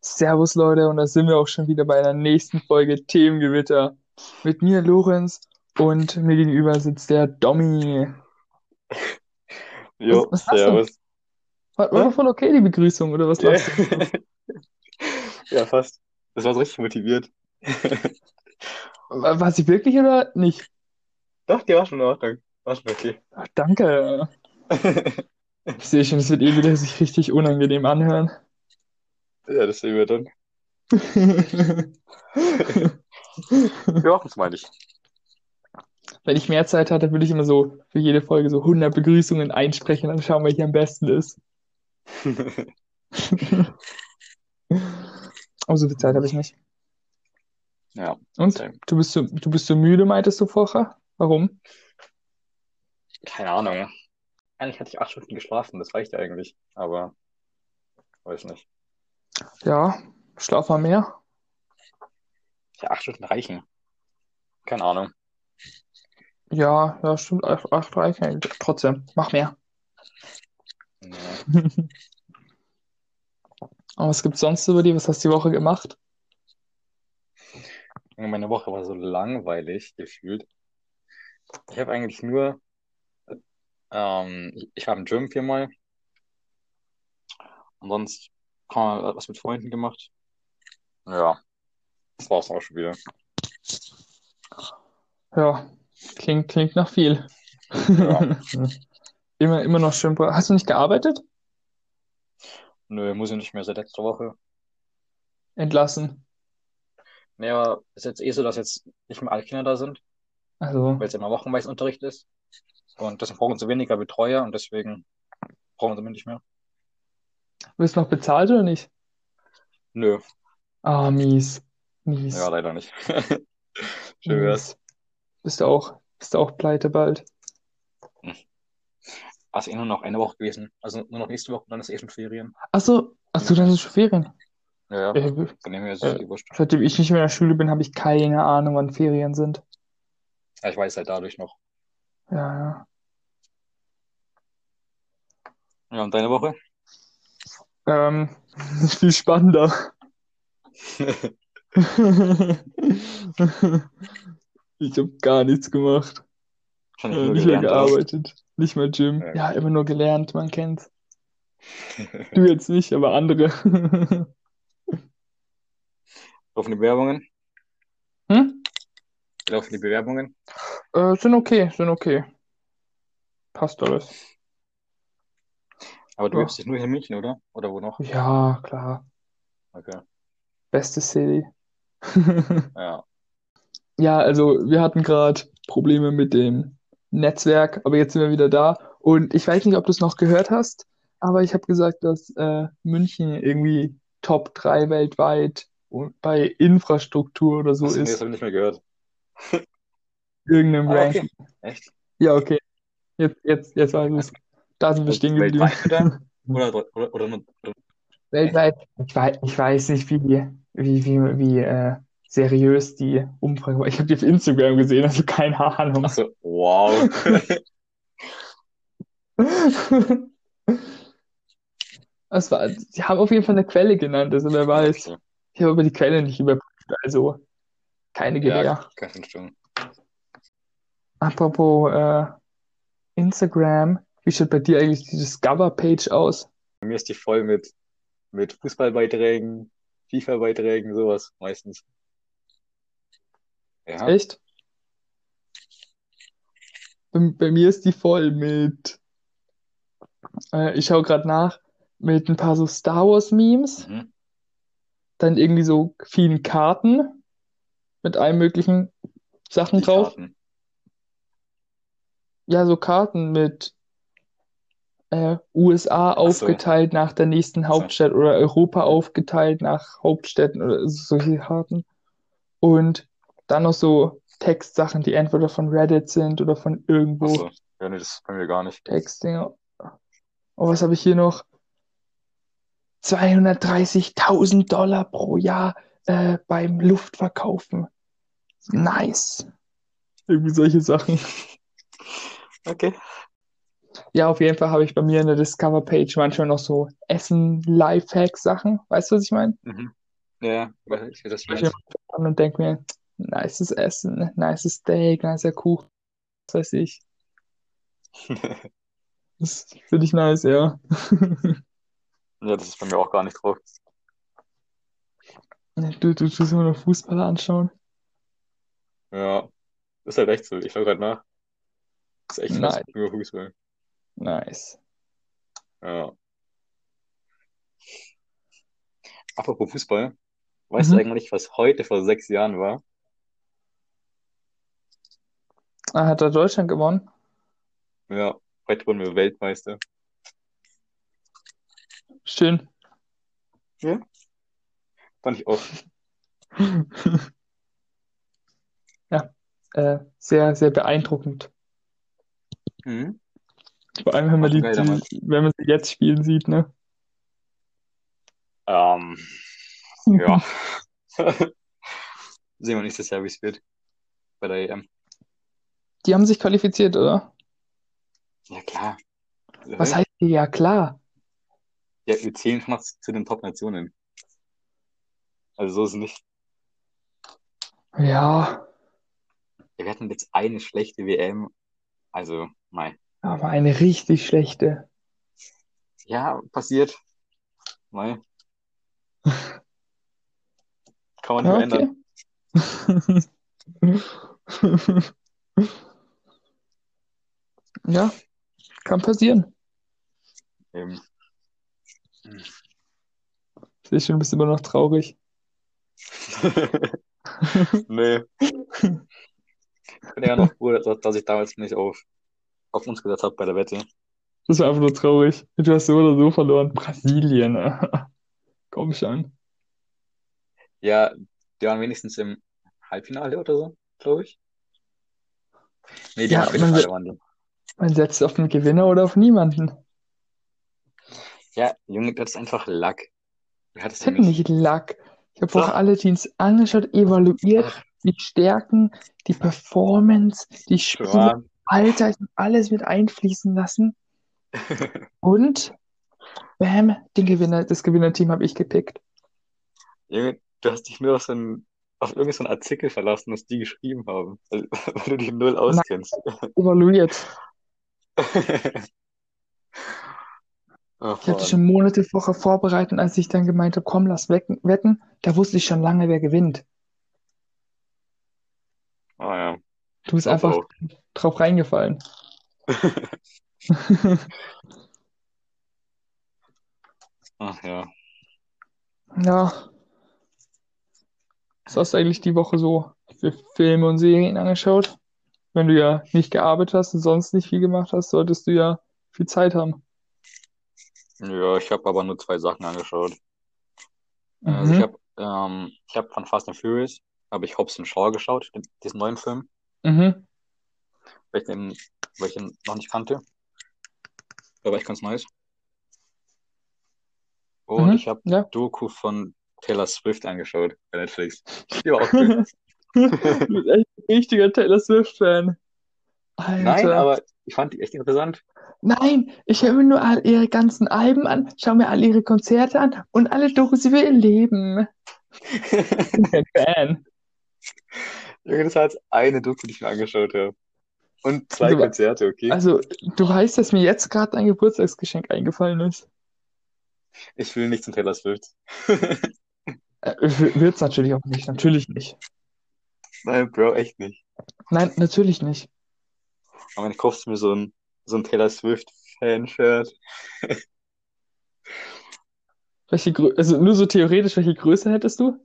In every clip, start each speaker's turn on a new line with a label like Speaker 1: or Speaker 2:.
Speaker 1: Servus Leute, und da sind wir auch schon wieder bei einer nächsten Folge Themengewitter. Mit mir Lorenz und mir gegenüber sitzt der Dommi.
Speaker 2: Jo,
Speaker 1: was sagst du?
Speaker 2: servus.
Speaker 1: War, war
Speaker 2: Ja.
Speaker 1: doch voll okay die Begrüßung, oder was lachst du?
Speaker 2: ja, fast. Das war so richtig motiviert.
Speaker 1: War, war sie wirklich oder nicht?
Speaker 2: Doch, die war schon in Ordnung. War schon okay.
Speaker 1: Ach, danke. Ich sehe schon, es wird eh wieder sich richtig unangenehm anhören.
Speaker 2: Ja, das sehen wir dann. Wir hoffen es, meine ich.
Speaker 1: Wenn ich mehr Zeit hatte, würde ich immer so für jede Folge so 100 Begrüßungen einsprechen, dann schauen, welche am besten ist. Aber so viel Zeit habe ich nicht.
Speaker 2: Ja,
Speaker 1: Und?
Speaker 2: same.
Speaker 1: Du bist so, du bist so müde, meintest du vorher? Warum?
Speaker 2: Keine Ahnung. Eigentlich hatte ich acht Stunden geschlafen, das reicht eigentlich. Aber, weiß nicht.
Speaker 1: Ja, schlaf mal mehr.
Speaker 2: Ja, acht Stunden reichen. Keine Ahnung.
Speaker 1: Ja, ja, stimmt. Acht, acht reichen. eigentlich. Trotzdem, mach mehr.
Speaker 2: Ja.
Speaker 1: Aber was gibt's sonst über dir? Was hast du die Woche gemacht?
Speaker 2: Meine Woche war so langweilig gefühlt. Ich habe eigentlich nur, ähm, ich- ich war im Gym viermal. Und sonst kaum was mit Freunden gemacht. Ja, das war's dann auch schon wieder.
Speaker 1: Ja, klingt, klingt nach viel.
Speaker 2: Ja.
Speaker 1: Immer, immer noch schön. Hast du nicht gearbeitet?
Speaker 2: Nö, muss ich nicht mehr seit letzter Woche.
Speaker 1: Entlassen.
Speaker 2: Nee, aber ist jetzt eh so, dass jetzt nicht mehr alle Kinder da sind,
Speaker 1: Also,
Speaker 2: weil es immer wochenweise Unterricht ist. Und deswegen brauchen sie weniger Betreuer und deswegen brauchen sie mich nicht mehr.
Speaker 1: wirst du noch bezahlt oder nicht?
Speaker 2: Nö,
Speaker 1: Ah, mies. Mies.
Speaker 2: ja, leider nicht. Schön wär's.
Speaker 1: Mies. Bist du auch, bist du auch pleite bald?
Speaker 2: Ach, ist eh nur noch eine Woche gewesen. Also nur noch nächste Woche, dann ist eh schon Ferien.
Speaker 1: Ach so, ach so, dann ist schon Ferien.
Speaker 2: Ja, ja.
Speaker 1: Äh,
Speaker 2: Von dem her ist
Speaker 1: äh,
Speaker 2: es eh wurscht.
Speaker 1: Seitdem ich nicht mehr in der Schule bin, habe ich keine Ahnung, wann Ferien sind.
Speaker 2: Ja, ich weiß halt dadurch noch.
Speaker 1: Ja, ja.
Speaker 2: Ja, und deine Woche?
Speaker 1: Ähm, viel spannender. Ich habe gar nichts gemacht.
Speaker 2: Schon
Speaker 1: Äh,
Speaker 2: nur
Speaker 1: nicht mehr
Speaker 2: gelernt, oder?
Speaker 1: gearbeitet. Nicht mal Gym.
Speaker 2: Ja.
Speaker 1: Ja, immer nur gelernt, man kennt's. Du jetzt nicht, aber andere.
Speaker 2: Laufen die Bewerbungen?
Speaker 1: Hm?
Speaker 2: Laufen die Bewerbungen?
Speaker 1: Äh, sind okay, sind okay. Passt alles.
Speaker 2: Aber du
Speaker 1: Ja.
Speaker 2: bewirbst dich nur hier in München, oder? Oder wo noch?
Speaker 1: Ja, klar.
Speaker 2: Okay.
Speaker 1: Beste City.
Speaker 2: Ja.
Speaker 1: Ja, also wir hatten gerade Probleme mit dem Netzwerk, aber jetzt sind wir wieder da. Und ich weiß nicht, ob du es noch gehört hast, aber ich habe gesagt, dass äh, München irgendwie Top 3 weltweit und bei Infrastruktur oder so
Speaker 2: Hast du, nee, das
Speaker 1: ist,
Speaker 2: habe ich nicht mehr gehört.
Speaker 1: irgendeinem
Speaker 2: Ah, okay.
Speaker 1: Ranking.
Speaker 2: Echt?
Speaker 1: Ja, okay. Jetzt, jetzt, jetzt weiß ich's. Da sind wir stehen geblieben.
Speaker 2: Weltweit wieder? Oder, oder, oder, nur- oder,
Speaker 1: Weltweit, ich weiß, ich weiß nicht, wie, wie, wie, wie äh, seriös die Umfrage war. Ich habe die auf Instagram gesehen, also keine Ahnung.
Speaker 2: ach so, wow.
Speaker 1: Es war, sie haben auf jeden Fall eine Quelle genannt, also wer weiß. Ich habe aber die Quelle nicht überprüft, also keine
Speaker 2: Ja,
Speaker 1: Gewähr.
Speaker 2: kann schon stimmen.
Speaker 1: Apropos äh, Instagram, wie schaut bei dir eigentlich die Discover-Page aus?
Speaker 2: Bei mir ist die voll mit, mit Fußballbeiträgen, FIFA-Beiträgen, sowas meistens. Ja.
Speaker 1: Echt? Bei, bei mir ist die voll mit, äh, ich schaue gerade nach, mit ein paar so Star Wars-Memes.
Speaker 2: Mhm.
Speaker 1: dann irgendwie so vielen Karten mit allen möglichen Sachen
Speaker 2: Die
Speaker 1: drauf.
Speaker 2: Karten.
Speaker 1: Ja, so Karten mit äh, USA
Speaker 2: so.
Speaker 1: aufgeteilt nach der nächsten
Speaker 2: so.
Speaker 1: Hauptstadt oder Europa aufgeteilt nach Hauptstädten oder solche Karten. Und dann noch so Textsachen, die entweder von Reddit sind oder von irgendwo.
Speaker 2: Ach so. Ja, nee, das können wir gar nicht.
Speaker 1: Textdinger. Oh, was habe ich hier noch? 230.000 Dollar pro Jahr äh, beim Luftverkaufen. Nice. Irgendwie solche Sachen.
Speaker 2: Okay.
Speaker 1: Ja, auf jeden Fall habe ich bei mir in der Discover-Page manchmal noch so Essen-Lifehack-Sachen. Weißt du, was ich meine?
Speaker 2: Mhm. Ja, ich weiß, was du
Speaker 1: Ich
Speaker 2: meinst.
Speaker 1: an und denke mir, nices Essen, nices Steak, nicer Kuchen, was weiß ich. Das finde ich nice, ja.
Speaker 2: Ja, das ist bei mir auch gar nicht drauf.
Speaker 1: Du, du tust immer nur Fußballer anschauen.
Speaker 2: Ja, ist halt echt so. Ich schaue gerade nach. Ist echt fast
Speaker 1: Nice,
Speaker 2: nur Fußball.
Speaker 1: nice.
Speaker 2: Ja. Apropos Fußball, weißt du
Speaker 1: Mhm.
Speaker 2: eigentlich, was heute vor sechs Jahren war?
Speaker 1: Ah, hat da Deutschland gewonnen?
Speaker 2: Ja, heute wurden wir Weltmeister.
Speaker 1: Schön.
Speaker 2: Ja, fand ich auch.
Speaker 1: Ja, äh, sehr, sehr beeindruckend.
Speaker 2: Mhm.
Speaker 1: Vor allem, wenn
Speaker 2: War
Speaker 1: man
Speaker 2: schon
Speaker 1: die,
Speaker 2: geil
Speaker 1: die,
Speaker 2: damals.
Speaker 1: wenn man sie jetzt spielen sieht, ne?
Speaker 2: Ähm, ja. Sehen wir nächstes Jahr, wie es wird bei der E EM.
Speaker 1: Die haben sich qualifiziert, oder?
Speaker 2: Ja, klar.
Speaker 1: Was
Speaker 2: Hä?
Speaker 1: heißt die? Ja, klar.
Speaker 2: Ja, wir zählen schon noch zu den Top-Nationen. Also so ist es nicht.
Speaker 1: Ja,
Speaker 2: Ja, Wir hatten jetzt eine schlechte WM. Also, nein.
Speaker 1: aber eine richtig schlechte.
Speaker 2: Ja, passiert. Nein, kann man nicht
Speaker 1: Ja,
Speaker 2: mehr
Speaker 1: okay.
Speaker 2: ändern.
Speaker 1: Ja, kann passieren.
Speaker 2: Eben.
Speaker 1: Sehe schon, du bist immer noch traurig.
Speaker 2: Nee, ich bin ja noch froh, dass, dass ich damals nicht auf, auf uns gesetzt habe bei der Wette.
Speaker 1: Das war einfach nur traurig. Du hast so oder so verloren. Brasilien. ne? Komm schon.
Speaker 2: Ja, die waren wenigstens im Halbfinale oder so, glaube ich. Nee, die waren
Speaker 1: Ja, man,
Speaker 2: Viertelfinale waren die.
Speaker 1: man setzt auf den Gewinner oder auf niemanden.
Speaker 2: Ja, Junge, das ist einfach Lack. Du hattest
Speaker 1: Das
Speaker 2: den
Speaker 1: hat
Speaker 2: nicht.
Speaker 1: nicht Lack. Ich habe auch
Speaker 2: Doch.
Speaker 1: alle Teams angeschaut, evaluiert,
Speaker 2: Ach,
Speaker 1: die Stärken, die Performance, die Spiele,
Speaker 2: Mann.
Speaker 1: Alter, ich habe alles mit einfließen lassen. Und, bam, den Gewinner, das Gewinnerteam habe ich gepickt.
Speaker 2: Junge, du hast dich nur auf so einen, auf irgend so einen Artikel verlassen, was die geschrieben haben, also, weil du dich null
Speaker 1: Na,
Speaker 2: auskennst.
Speaker 1: evaluiert.
Speaker 2: Ach,
Speaker 1: Ich habe das
Speaker 2: Mann.
Speaker 1: schon Monate vorher vorbereitet, als ich dann gemeint habe, komm, lass wecken, wetten. Da wusste ich schon lange, wer gewinnt.
Speaker 2: Ah ja,
Speaker 1: Du bist
Speaker 2: glaube
Speaker 1: einfach
Speaker 2: auch.
Speaker 1: drauf reingefallen.
Speaker 2: Ach ja.
Speaker 1: Ja, was hast du eigentlich die Woche so für Filme und Serien angeschaut? Wenn du ja nicht gearbeitet hast und sonst nicht viel gemacht hast, solltest du ja viel Zeit haben.
Speaker 2: Ja, ich habe aber nur zwei Sachen angeschaut. Also ich
Speaker 1: Mhm,
Speaker 2: habe ähm, ich hab von Fast and Furious, habe ich Hobbs and Shaw geschaut, den- diesen neuen Film,
Speaker 1: mhm.
Speaker 2: welchen, welchen noch nicht kannte. Der war echt ganz nice. Und
Speaker 1: Mhm,
Speaker 2: ich habe
Speaker 1: ja.
Speaker 2: Doku von Taylor Swift angeschaut bei Netflix. Die war auch cool.
Speaker 1: Du bist echt ein richtiger Taylor Swift-Fan.
Speaker 2: Nein,
Speaker 1: Alter.
Speaker 2: aber ich fand die echt interessant.
Speaker 1: Nein, ich höre mir nur all ihre ganzen Alben an, schaue mir all ihre Konzerte an und alle Dokus über ihr Leben. Ich bin kein
Speaker 2: Junge, das war jetzt eine Doku, die ich mir angeschaut habe. Und
Speaker 1: Fan.
Speaker 2: zwei
Speaker 1: Du,
Speaker 2: Konzerte, okay?
Speaker 1: also, du weißt, dass mir jetzt gerade ein Geburtstagsgeschenk eingefallen ist.
Speaker 2: Ich will nicht zum Taylor Swift.
Speaker 1: Äh, w- wird's natürlich auch nicht, natürlich nicht.
Speaker 2: Nein, Bro, echt nicht.
Speaker 1: Nein, natürlich nicht.
Speaker 2: Aber ich kaufst mir so ein, so ein Taylor Swift-Fanshirt.
Speaker 1: Welche Grö also nur so theoretisch, welche Größe hättest du?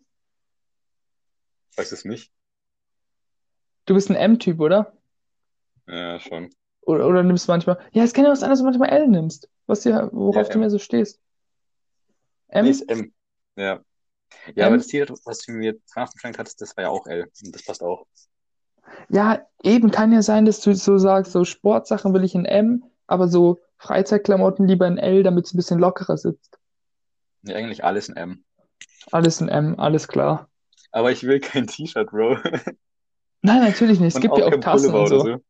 Speaker 2: Weißt du es nicht?
Speaker 1: Du bist ein M-Typ, oder?
Speaker 2: Ja, schon.
Speaker 1: oder? Oder nimmst du manchmal. Ja, es kann ja was sein, dass du manchmal L nimmst, was dir,
Speaker 2: Ja,
Speaker 1: worauf du
Speaker 2: M.
Speaker 1: mehr so stehst.
Speaker 2: Nee,
Speaker 1: M?
Speaker 2: ist M. Ja. Ja, aber das
Speaker 1: M?
Speaker 2: T, was du mir zu Weihnachten geschenkt hattest, das war ja auch L. Und das passt auch.
Speaker 1: Ja, eben kann ja sein, dass du so sagst, so Sportsachen will ich in M, aber so Freizeitklamotten lieber in L, damit es ein bisschen lockerer sitzt.
Speaker 2: Nee, eigentlich alles ein M.
Speaker 1: Alles in M, alles klar.
Speaker 2: Aber ich will kein T-Shirt, Bro.
Speaker 1: Nein, natürlich nicht. Es
Speaker 2: Und
Speaker 1: gibt ja
Speaker 2: auch
Speaker 1: auch
Speaker 2: kein
Speaker 1: Tassen und
Speaker 2: Pullover oder
Speaker 1: so.
Speaker 2: so.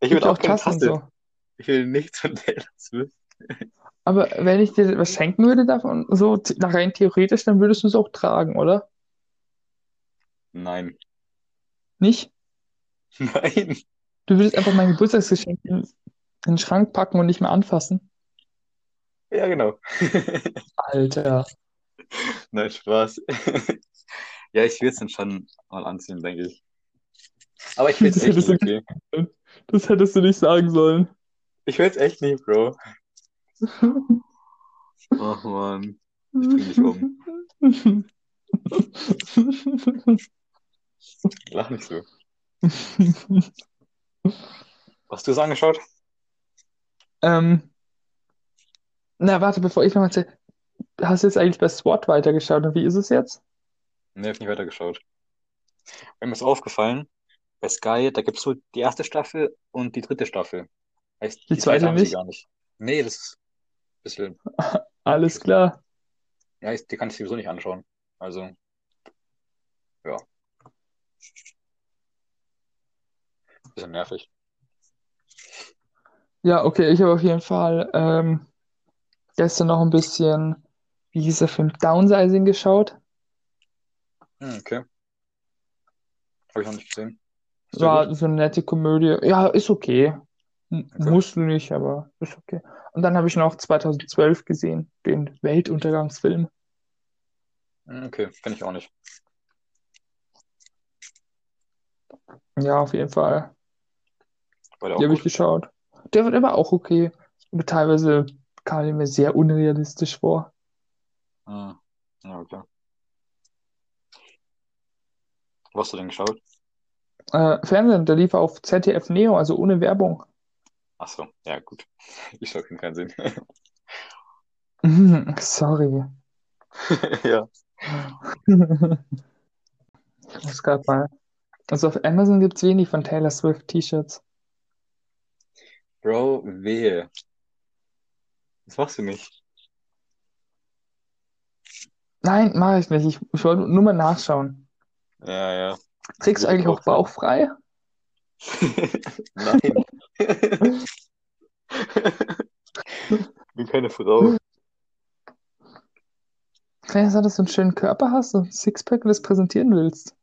Speaker 2: Ich will
Speaker 1: Gibt ja
Speaker 2: auch
Speaker 1: auch
Speaker 2: keine
Speaker 1: Tassen und
Speaker 2: Tasse.
Speaker 1: so.
Speaker 2: Ich will nichts von Taylor Swift.
Speaker 1: Aber wenn ich dir was schenken würde davon, so t- na, rein theoretisch, dann würdest du es auch tragen, oder?
Speaker 2: Nein.
Speaker 1: Nicht?
Speaker 2: Nein.
Speaker 1: Du würdest einfach mein Geburtstagsgeschenk in, in den Schrank packen und nicht mehr anfassen.
Speaker 2: Ja, genau.
Speaker 1: Alter.
Speaker 2: Nein, Spaß. Ja, ich will es dann schon mal anziehen, denke ich. Aber ich will es
Speaker 1: Das
Speaker 2: echt
Speaker 1: hättest
Speaker 2: nicht,
Speaker 1: du,
Speaker 2: okay?
Speaker 1: das hättest du nicht sagen sollen.
Speaker 2: Ich will es echt nicht, Bro. Ach, Mann. Ich bring dich um. Lach nicht so. Hast du es angeschaut?
Speaker 1: Ähm, na, warte, bevor ich noch mal erzähle, hast du jetzt eigentlich bei SWAT weitergeschaut und wie ist es jetzt?
Speaker 2: Nee, hab nicht weitergeschaut. Mir ist aufgefallen, bei Sky, da gibt's so die erste Staffel und die dritte Staffel. Heißt,
Speaker 1: Die
Speaker 2: die zweite
Speaker 1: zweite
Speaker 2: haben sie
Speaker 1: nicht?
Speaker 2: gar nicht. Nee, das ist ein bisschen.
Speaker 1: Alles klar.
Speaker 2: Ja, ich, die kann ich sowieso nicht anschauen. Also, ja, bisschen nervig.
Speaker 1: Ja, okay, ich habe auf jeden Fall ähm, gestern noch ein bisschen, wie hieß der Film, Downsizing geschaut.
Speaker 2: Hm, okay. Habe ich noch nicht gesehen. Ist der gut?
Speaker 1: War so eine nette Komödie. Ja, ist okay. M
Speaker 2: Okay.
Speaker 1: musst du nicht, aber ist okay. Und dann habe ich noch 2012 gesehen, den Weltuntergangsfilm.
Speaker 2: Hm, Okay, kenne ich auch nicht.
Speaker 1: Ja, auf jeden Fall.
Speaker 2: War der
Speaker 1: Die
Speaker 2: auch
Speaker 1: habe ich
Speaker 2: gut?
Speaker 1: geschaut. Der, der war auch okay. Aber teilweise kam der mir sehr unrealistisch vor.
Speaker 2: Hm. Ja, okay. Wo hast du denn geschaut?
Speaker 1: Äh, Fernsehen, der lief auf ZDF Neo, also ohne Werbung.
Speaker 2: Ach so, ja, gut. Ich schaue keinen Fernsehen.
Speaker 1: Sorry.
Speaker 2: Ja.
Speaker 1: Ich muss gerade mal. Also auf Amazon gibt es wenig von Taylor Swift T-Shirts.
Speaker 2: Bro, wehe. Das machst du nicht.
Speaker 1: Nein, mache ich nicht. Ich, ich wollte nur mal nachschauen.
Speaker 2: Ja, ja.
Speaker 1: Trägst du
Speaker 2: Würde
Speaker 1: eigentlich
Speaker 2: ich
Speaker 1: auch
Speaker 2: auch sagen.
Speaker 1: bauchfrei?
Speaker 2: Nein. Ich bin keine Frau.
Speaker 1: Kann ja sein, dass du einen schönen Körper hast und ein Sixpack und das präsentieren willst.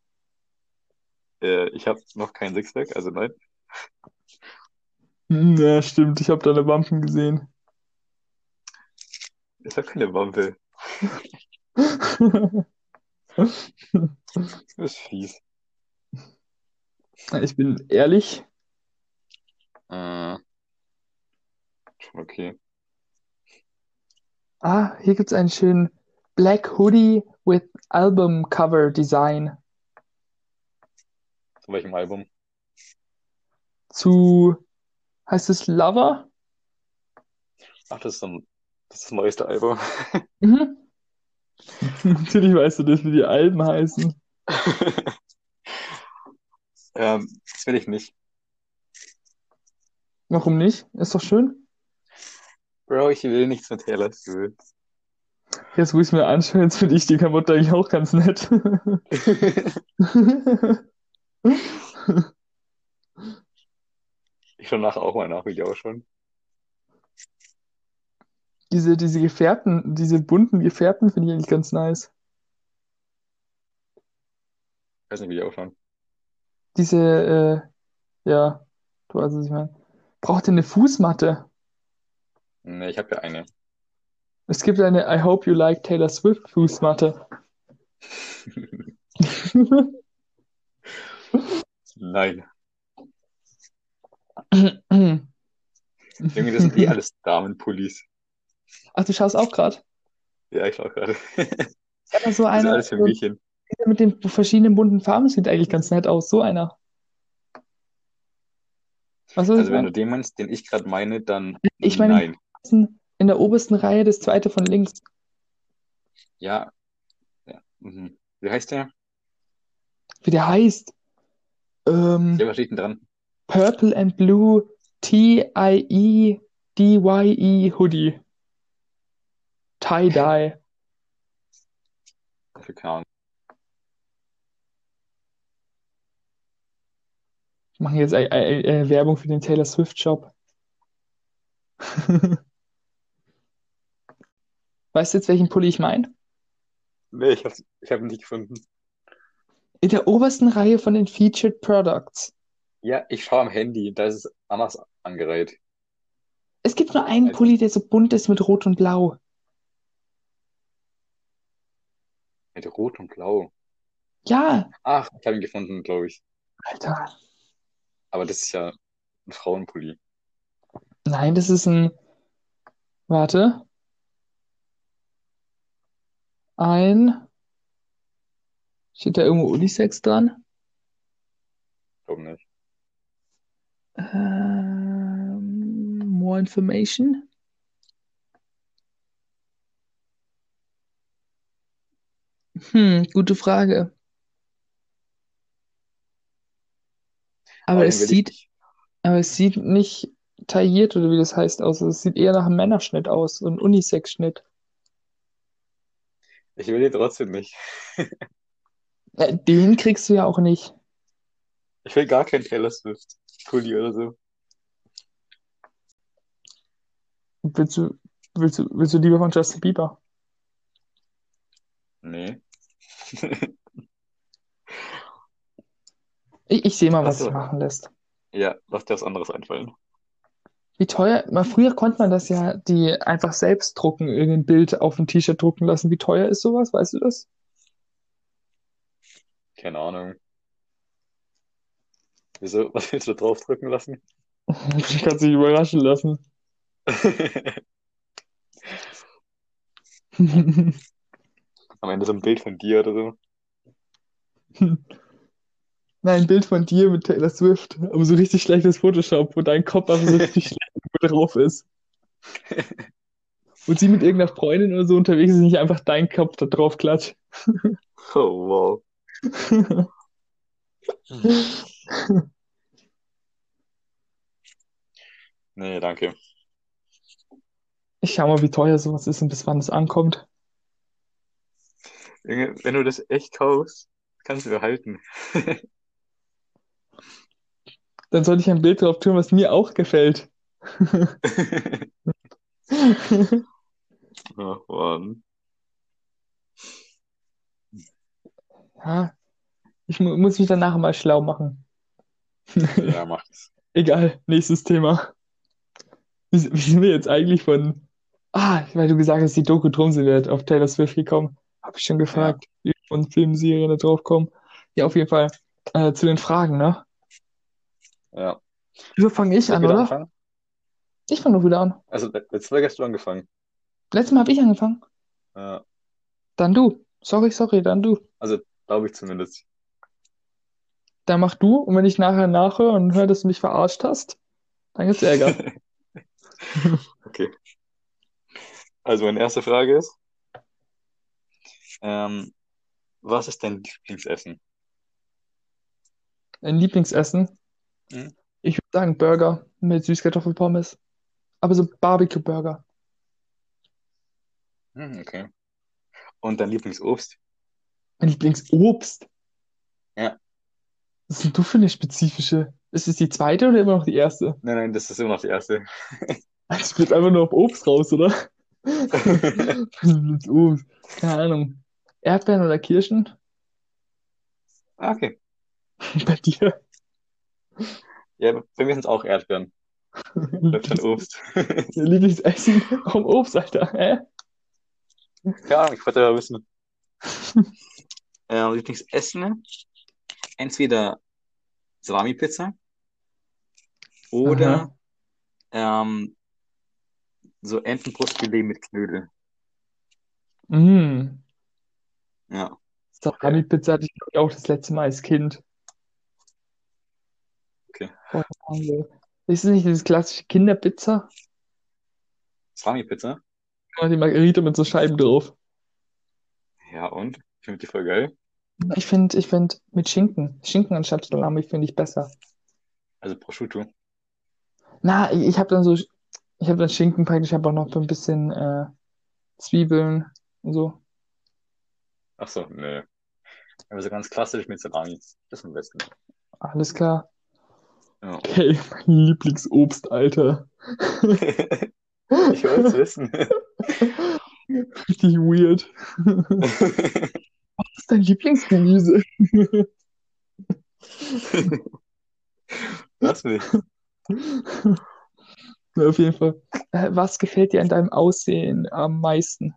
Speaker 2: Äh, ich habe noch kein Sixpack, also nein.
Speaker 1: Hm, Ja, stimmt. Ich habe deine Wampen gesehen.
Speaker 2: Ich habe keine Wampe. Das ist fies.
Speaker 1: Ich bin ehrlich.
Speaker 2: Äh, schon okay.
Speaker 1: Ah, hier gibt es einen schönen Black Hoodie with Album Cover Design
Speaker 2: Zu welchem Album?
Speaker 1: zu, heißt es Lover?
Speaker 2: Ach, das ist, ein, das ist das neueste Album.
Speaker 1: Mhm. Natürlich weißt du das, wie die Alben heißen.
Speaker 2: Ähm, das will ich nicht.
Speaker 1: Warum nicht? Ist doch schön.
Speaker 2: Bro, ich will nichts mit Taylor Swift.
Speaker 1: Jetzt, wo ich es mir anschaue, jetzt finde ich die Klamotte eigentlich auch ganz nett.
Speaker 2: Ich schaue nachher auch mal nach, wie die ausschauen.
Speaker 1: Diese, diese gefärbten, diese bunten gefärbten finde ich eigentlich ganz nice.
Speaker 2: Ich weiß nicht, wie die ausschauen.
Speaker 1: Diese, äh, ja, du weißt, was ich meine. Braucht ihr eine Fußmatte?
Speaker 2: Ne, ich habe ja eine.
Speaker 1: Es gibt eine I hope you like Taylor Swift Fußmatte.
Speaker 2: Nein. Junge, das sind eh alles Damenpullis.
Speaker 1: Ach, du schaust auch gerade?
Speaker 2: Ja, ich schau gerade.
Speaker 1: Ja, aber so
Speaker 2: Das ist
Speaker 1: einer
Speaker 2: alles für
Speaker 1: so ein-
Speaker 2: Mädchen.
Speaker 1: mit den verschiedenen bunten Farben sieht eigentlich ganz nett aus. So einer. Weißt du, was ich
Speaker 2: Also wenn
Speaker 1: meine?
Speaker 2: du den meinst, den ich gerade meine, dann
Speaker 1: Ich meine, im
Speaker 2: nein.
Speaker 1: ersten- in der obersten Reihe, das zweite von links.
Speaker 2: Ja, ja. Mhm. Wie heißt der?
Speaker 1: Wie der heißt?
Speaker 2: Ja,
Speaker 1: Ähm,
Speaker 2: was steht denn dran?
Speaker 1: Purple and Blue E T-I-E-D-Y-E E Hoodie. Tie-Dye.
Speaker 2: Ich hab keine Ahnung.
Speaker 1: Wir machen jetzt äh, äh, äh, Werbung für den Taylor Swift Shop. Weißt du jetzt, welchen Pulli ich meine?
Speaker 2: Nee, ich hab's, ich hab ihn nicht gefunden.
Speaker 1: In der obersten Reihe von den Featured Products.
Speaker 2: Ja, ich schaue am Handy, da ist es anders angereiht.
Speaker 1: Es gibt nur einen
Speaker 2: Also-
Speaker 1: Pulli, der so bunt ist mit Rot und Blau.
Speaker 2: Mit Rot und Blau.
Speaker 1: Ja,
Speaker 2: Ach, ich habe ihn gefunden, glaube ich.
Speaker 1: Alter.
Speaker 2: Aber das ist ja ein Frauenpulli.
Speaker 1: Nein, das ist ein. Warte. Ein. Steht da irgendwo Unisex dran?
Speaker 2: Glaube nicht.
Speaker 1: Ähm, more information. Hm, gute Frage. Aber
Speaker 2: Aber den
Speaker 1: es
Speaker 2: will ich
Speaker 1: sieht,
Speaker 2: nicht.
Speaker 1: aber es sieht nicht tailliert oder wie das heißt aus. Es sieht eher nach einem Männerschnitt aus, so ein Unisex-Schnitt.
Speaker 2: Ich will ihn trotzdem nicht.
Speaker 1: Äh, Den kriegst du ja auch nicht.
Speaker 2: Ich will gar keinen Taylor Swift Pulli oder so.
Speaker 1: Willst du, willst du, willst du lieber von Justin Bieber?
Speaker 2: Nee.
Speaker 1: Ich, ich sehe mal, was
Speaker 2: Ach so.
Speaker 1: sich machen lässt.
Speaker 2: Ja, lass dir was anderes einfallen.
Speaker 1: Wie teuer, mal früher konnte man das ja, die einfach selbst drucken, irgendein Bild auf ein T-Shirt drucken lassen. Wie teuer ist sowas? Weißt du das?
Speaker 2: Keine Ahnung. Wieso? Was willst du da draufdrücken lassen?
Speaker 1: Ich kann sich überraschen lassen.
Speaker 2: Am Ende so ein Bild von dir oder so.
Speaker 1: Nein, ein Bild von dir mit Taylor Swift, aber so richtig schlechtes Photoshop, wo dein Kopf einfach so richtig schlecht irgendwo drauf ist. Und sie mit irgendeiner Freundin oder so unterwegs ist, nicht einfach dein Kopf da drauf klatscht.
Speaker 2: Oh, wow. Nee, danke.
Speaker 1: Ich schau mal, wie teuer sowas ist und bis wann es ankommt.
Speaker 2: Junge, Wenn du das echt kaufst, kannst du behalten.
Speaker 1: Dann soll ich ein Bild drauf tun, was mir auch gefällt.
Speaker 2: Ach, Oh, Mann.
Speaker 1: Ja, ich mu muss mich danach mal schlau machen.
Speaker 2: Ja, mach das.
Speaker 1: Egal, nächstes Thema. Wie, wie sind wir jetzt eigentlich von. Ah, weil du gesagt hast, die Doku drum sind wir auf Taylor Swift gekommen. Habe ich schon gefragt, wie wir von Filmen, Serien da drauf kommen. Ja, auf jeden Fall äh, zu den Fragen, ne?
Speaker 2: Ja.
Speaker 1: Wieso fange ich
Speaker 2: Soll ich
Speaker 1: an,
Speaker 2: wieder
Speaker 1: oder?
Speaker 2: anfangen?
Speaker 1: Ich fange doch wieder an.
Speaker 2: Also, le- letztes Mal hast du angefangen.
Speaker 1: Letztes Mal habe ich angefangen.
Speaker 2: Ja,
Speaker 1: Dann du. Sorry, sorry, dann du.
Speaker 2: glaube ich zumindest.
Speaker 1: Dann mach du. Und wenn ich nachher nachhöre und höre, dass du mich verarscht hast, dann gibt's Ärger.
Speaker 2: Okay. Also, meine erste Frage ist, ähm, was ist dein Lieblingsessen?
Speaker 1: Ein Lieblingsessen.
Speaker 2: Mhm.
Speaker 1: Ich würde sagen Burger mit Süßkartoffelpommes. Aber so Barbecue-Burger.
Speaker 2: Hm, okay. Und dein Lieblingsobst?
Speaker 1: Mein Lieblingsobst.
Speaker 2: Ja.
Speaker 1: Was ist denn du für eine spezifische? Ist es die zweite oder immer noch die erste?
Speaker 2: Nein, nein, das ist immer noch die erste.
Speaker 1: Also Ich bin einfach nur auf Obst raus, oder? Was ist mit Obst? Keine Ahnung. Erdbeeren oder Kirschen?
Speaker 2: Ah, okay.
Speaker 1: Bei dir?
Speaker 2: Ja, bei mir sind es auch Erdbeeren. Das ist ein
Speaker 1: Dein
Speaker 2: Obst.
Speaker 1: Lieblingsessen? Warum Obst, Alter? Hä?
Speaker 2: Ja, ich wollte ja wissen. Äh, Lieblingsessen? Entweder Salami-Pizza oder ähm, so Entenbrustfilet mit Knödel.
Speaker 1: Mmh.
Speaker 2: Ja.
Speaker 1: Salami-Pizza hatte ich, glaube ich, auch das letzte Mal als Kind.
Speaker 2: Okay.
Speaker 1: Boah, Wahnsinn. ist es nicht dieses klassische Kinderpizza?
Speaker 2: Salami-Pizza?
Speaker 1: Ja, Die Margarita mit so Scheiben drauf.
Speaker 2: Ja, und? Ich finde die voll geil.
Speaker 1: Ich finde, ich finde mit Schinken. Schinken anstatt Salami finde ich besser.
Speaker 2: Also Prosciutto.
Speaker 1: Na, ich, ich habe dann so, ich habe dann Schinken praktisch, habe auch noch ein bisschen äh, Zwiebeln und so.
Speaker 2: Ach so, nee. Aber so ganz klassisch mit Salami. Das ist am besten.
Speaker 1: Alles klar.
Speaker 2: Ja.
Speaker 1: Okay, mein Lieblingsobst, Alter.
Speaker 2: Ich wollte es wissen.
Speaker 1: Richtig weird. Was ist dein Lieblingsgemüse?
Speaker 2: Das nicht.
Speaker 1: Na, auf jeden Fall. Äh, was gefällt dir an deinem Aussehen am meisten?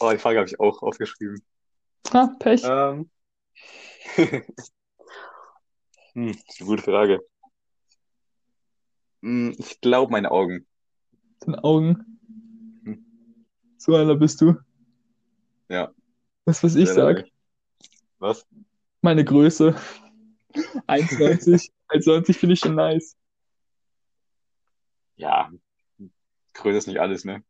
Speaker 2: Oh, die Frage habe ich auch aufgeschrieben.
Speaker 1: Ah, Pech.
Speaker 2: Ähm. Hm, das ist eine gute Frage. Hm, Ich glaube, meine Augen.
Speaker 1: Den Augen. So einer bist du.
Speaker 2: Hm. Ja,
Speaker 1: Das, was ich
Speaker 2: sehr
Speaker 1: sag.
Speaker 2: lange. Äh, Was?
Speaker 1: Meine Größe. 1,90. 1,90 finde ich schon nice.
Speaker 2: Ja, Größe ist nicht alles, ne?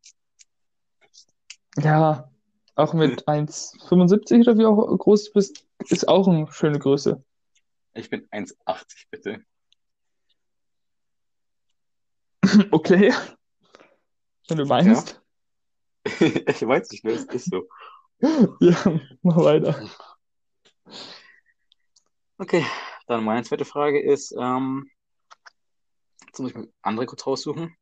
Speaker 1: Ja, auch mit 1,75 oder wie auch groß du bist, ist auch eine schöne Größe.
Speaker 2: Ich bin 1,80, bitte.
Speaker 1: Okay, wenn du meinst.
Speaker 2: Ich weiß nicht, ne? Es ist so.
Speaker 1: Ja, mach weiter.
Speaker 2: Okay, dann meine zweite Frage ist, ähm, jetzt muss ich mir andere kurz raussuchen.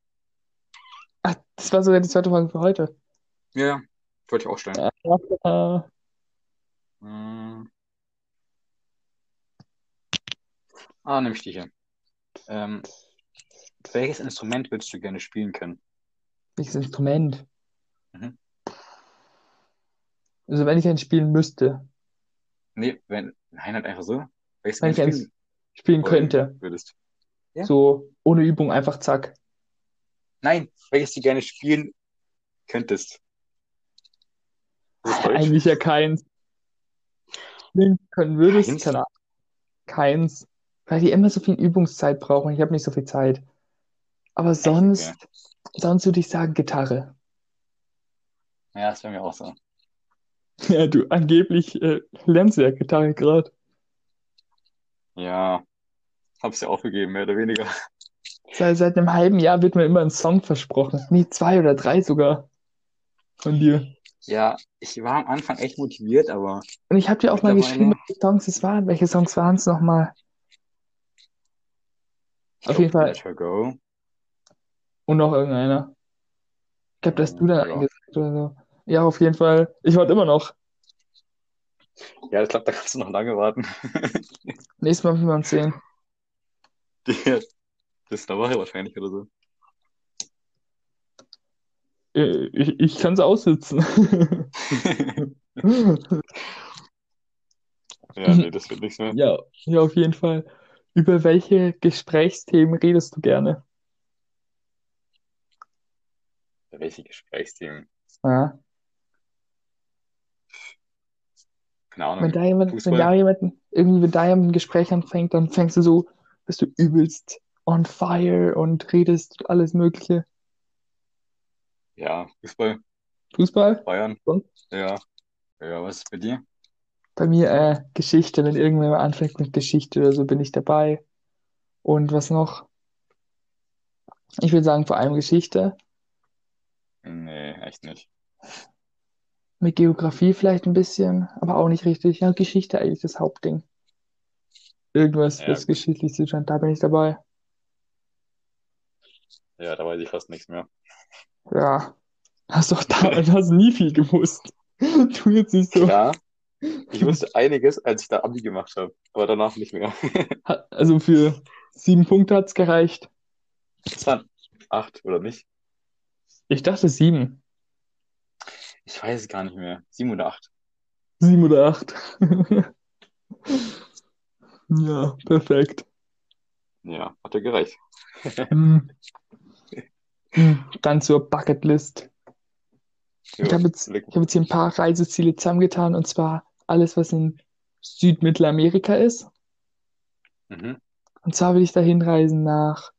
Speaker 1: Ach, Ah, das war sogar die zweite Frage für heute.
Speaker 2: Ja, ja, wollte ich auch stellen.
Speaker 1: Äh,
Speaker 2: Hm. Ah, nehme ich die hier. Ähm, welches Instrument würdest du gerne spielen können?
Speaker 1: welches Instrument?
Speaker 2: Mhm.
Speaker 1: Also wenn ich eins spielen müsste,
Speaker 2: Nee, wenn, nein, halt einfach so. Welches
Speaker 1: wenn
Speaker 2: du
Speaker 1: ich
Speaker 2: gerne
Speaker 1: eins
Speaker 2: spielen
Speaker 1: spielen
Speaker 2: wollen
Speaker 1: könnte,
Speaker 2: würdest? Ja.
Speaker 1: so ohne Übung einfach zack.
Speaker 2: Nein, welches du gerne spielen könntest. Ist es Deutsch?
Speaker 1: Eigentlich ja keins. Spielen können würdest,
Speaker 2: Keins?
Speaker 1: keine Ahnung. Keins. Weil die immer so viel Übungszeit brauchen. Ich habe nicht so viel Zeit. Aber
Speaker 2: Okay.
Speaker 1: sonst, sonst würde ich sagen Gitarre.
Speaker 2: Ja, das wäre mir auch so.
Speaker 1: Ja, du, angeblich äh, lernst du ja Gitarre gerade.
Speaker 2: Ja, hab's ja aufgegeben, mehr oder weniger.
Speaker 1: Seit, seit einem halben Jahr wird mir immer ein Song versprochen. Nee, zwei oder drei sogar von dir.
Speaker 2: Ja, ich war am Anfang echt motiviert, aber
Speaker 1: Und ich habe dir auch mal geschrieben,
Speaker 2: mittlerweile,
Speaker 1: welche Songs es waren. Welche Songs waren es nochmal?
Speaker 2: ich
Speaker 1: Auf
Speaker 2: glaube,
Speaker 1: jeden Fall.
Speaker 2: Let Her Go.
Speaker 1: Und noch irgendeiner. Ich glaube, da hast du
Speaker 2: Hm,
Speaker 1: dann einen
Speaker 2: Ja,
Speaker 1: gesagt oder so. Ja, auf jeden Fall. Ich warte immer noch.
Speaker 2: ja, ich glaube, da kannst du noch lange warten.
Speaker 1: Nächstes Mal um müssen wir uns sehen.
Speaker 2: Die- Bis eine Woche wahrscheinlich oder so.
Speaker 1: Äh, Ich, ich kann es aussitzen.
Speaker 2: Ja, nee, das wird nichts mehr.
Speaker 1: Mhm. Ja, ja, auf jeden Fall. Über welche Gesprächsthemen redest du gerne?
Speaker 2: Welche Gesprächsthemen?
Speaker 1: Ja. Wenn
Speaker 2: Keine Ahnung.
Speaker 1: da jemand, wenn da
Speaker 2: Fußball?
Speaker 1: jemand irgendwie, wenn da jemand ein Gespräch anfängt, dann fängst du so, bist du übelst on fire und redest alles Mögliche.
Speaker 2: Ja, Fußball.
Speaker 1: Fußball?
Speaker 2: Bayern?
Speaker 1: Sonst?
Speaker 2: Ja. Ja, was ist bei dir?
Speaker 1: Bei mir äh, Geschichte, wenn irgendwer mal anfängt mit Geschichte oder so, bin ich dabei. Und was noch? Ich würde sagen, vor allem Geschichte.
Speaker 2: Nee, echt nicht.
Speaker 1: Mit Geografie vielleicht ein bisschen, aber auch nicht richtig. Ja, Geschichte eigentlich das Hauptding. Irgendwas,
Speaker 2: Ja,
Speaker 1: was
Speaker 2: gut.
Speaker 1: geschichtlich zu tun hat, da bin ich dabei.
Speaker 2: Ja, da weiß ich fast nichts mehr.
Speaker 1: Ja, hast doch damals hast nie viel gewusst. Tu jetzt nicht so.
Speaker 2: Klar, ich wusste einiges, als ich da Abi gemacht habe, aber danach nicht mehr.
Speaker 1: Ha- Also für sieben Punkte hat's gereicht.
Speaker 2: Das waren acht, oder nicht?
Speaker 1: Ich dachte sieben.
Speaker 2: Ich weiß es gar nicht mehr. Sieben oder acht.
Speaker 1: Sieben oder acht. Ja, perfekt.
Speaker 2: Ja, hat ja gereicht.
Speaker 1: Hm. Hm. Dann zur Bucketlist. Ich
Speaker 2: Jo,
Speaker 1: habe jetzt,
Speaker 2: leg
Speaker 1: ich habe jetzt hier ein paar Reiseziele zusammengetan und zwar alles, was in Südmittelamerika ist.
Speaker 2: Mhm.
Speaker 1: Und zwar will ich da hinreisen nach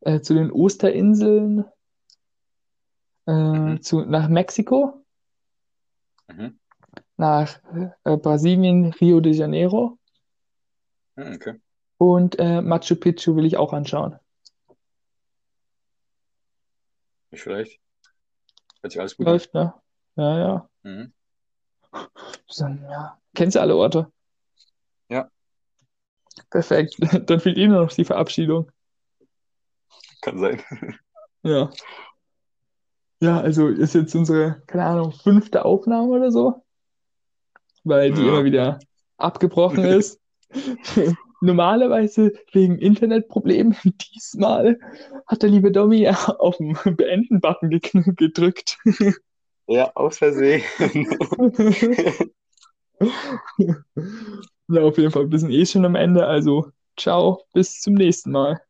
Speaker 1: äh, zu den Osterinseln, äh,
Speaker 2: Mhm.
Speaker 1: zu, nach Mexiko,
Speaker 2: Mhm.
Speaker 1: nach äh, Brasilien, Rio de Janeiro
Speaker 2: Mhm, Okay.
Speaker 1: und äh, Machu Picchu will ich auch anschauen.
Speaker 2: Nicht schlecht. Hört sich alles gut an.
Speaker 1: Läuft, ne? Ja, ja.
Speaker 2: Mhm.
Speaker 1: So, ja. Kennst du alle Orte?
Speaker 2: Ja,
Speaker 1: Perfekt. Dann fehlt Ihnen noch die Verabschiedung.
Speaker 2: kann sein.
Speaker 1: Ja. Ja, also ist jetzt unsere, keine Ahnung, fünfte Aufnahme oder so, weil die
Speaker 2: Ja.
Speaker 1: immer wieder abgebrochen ist. Normalerweise wegen Internetproblemen. Diesmal hat der liebe Domi auf den Beenden-Button gekn- gedrückt.
Speaker 2: Ja, aus Versehen.
Speaker 1: Na, auf jeden Fall, wir sind eh schon am Ende. Also, ciao, bis zum nächsten Mal.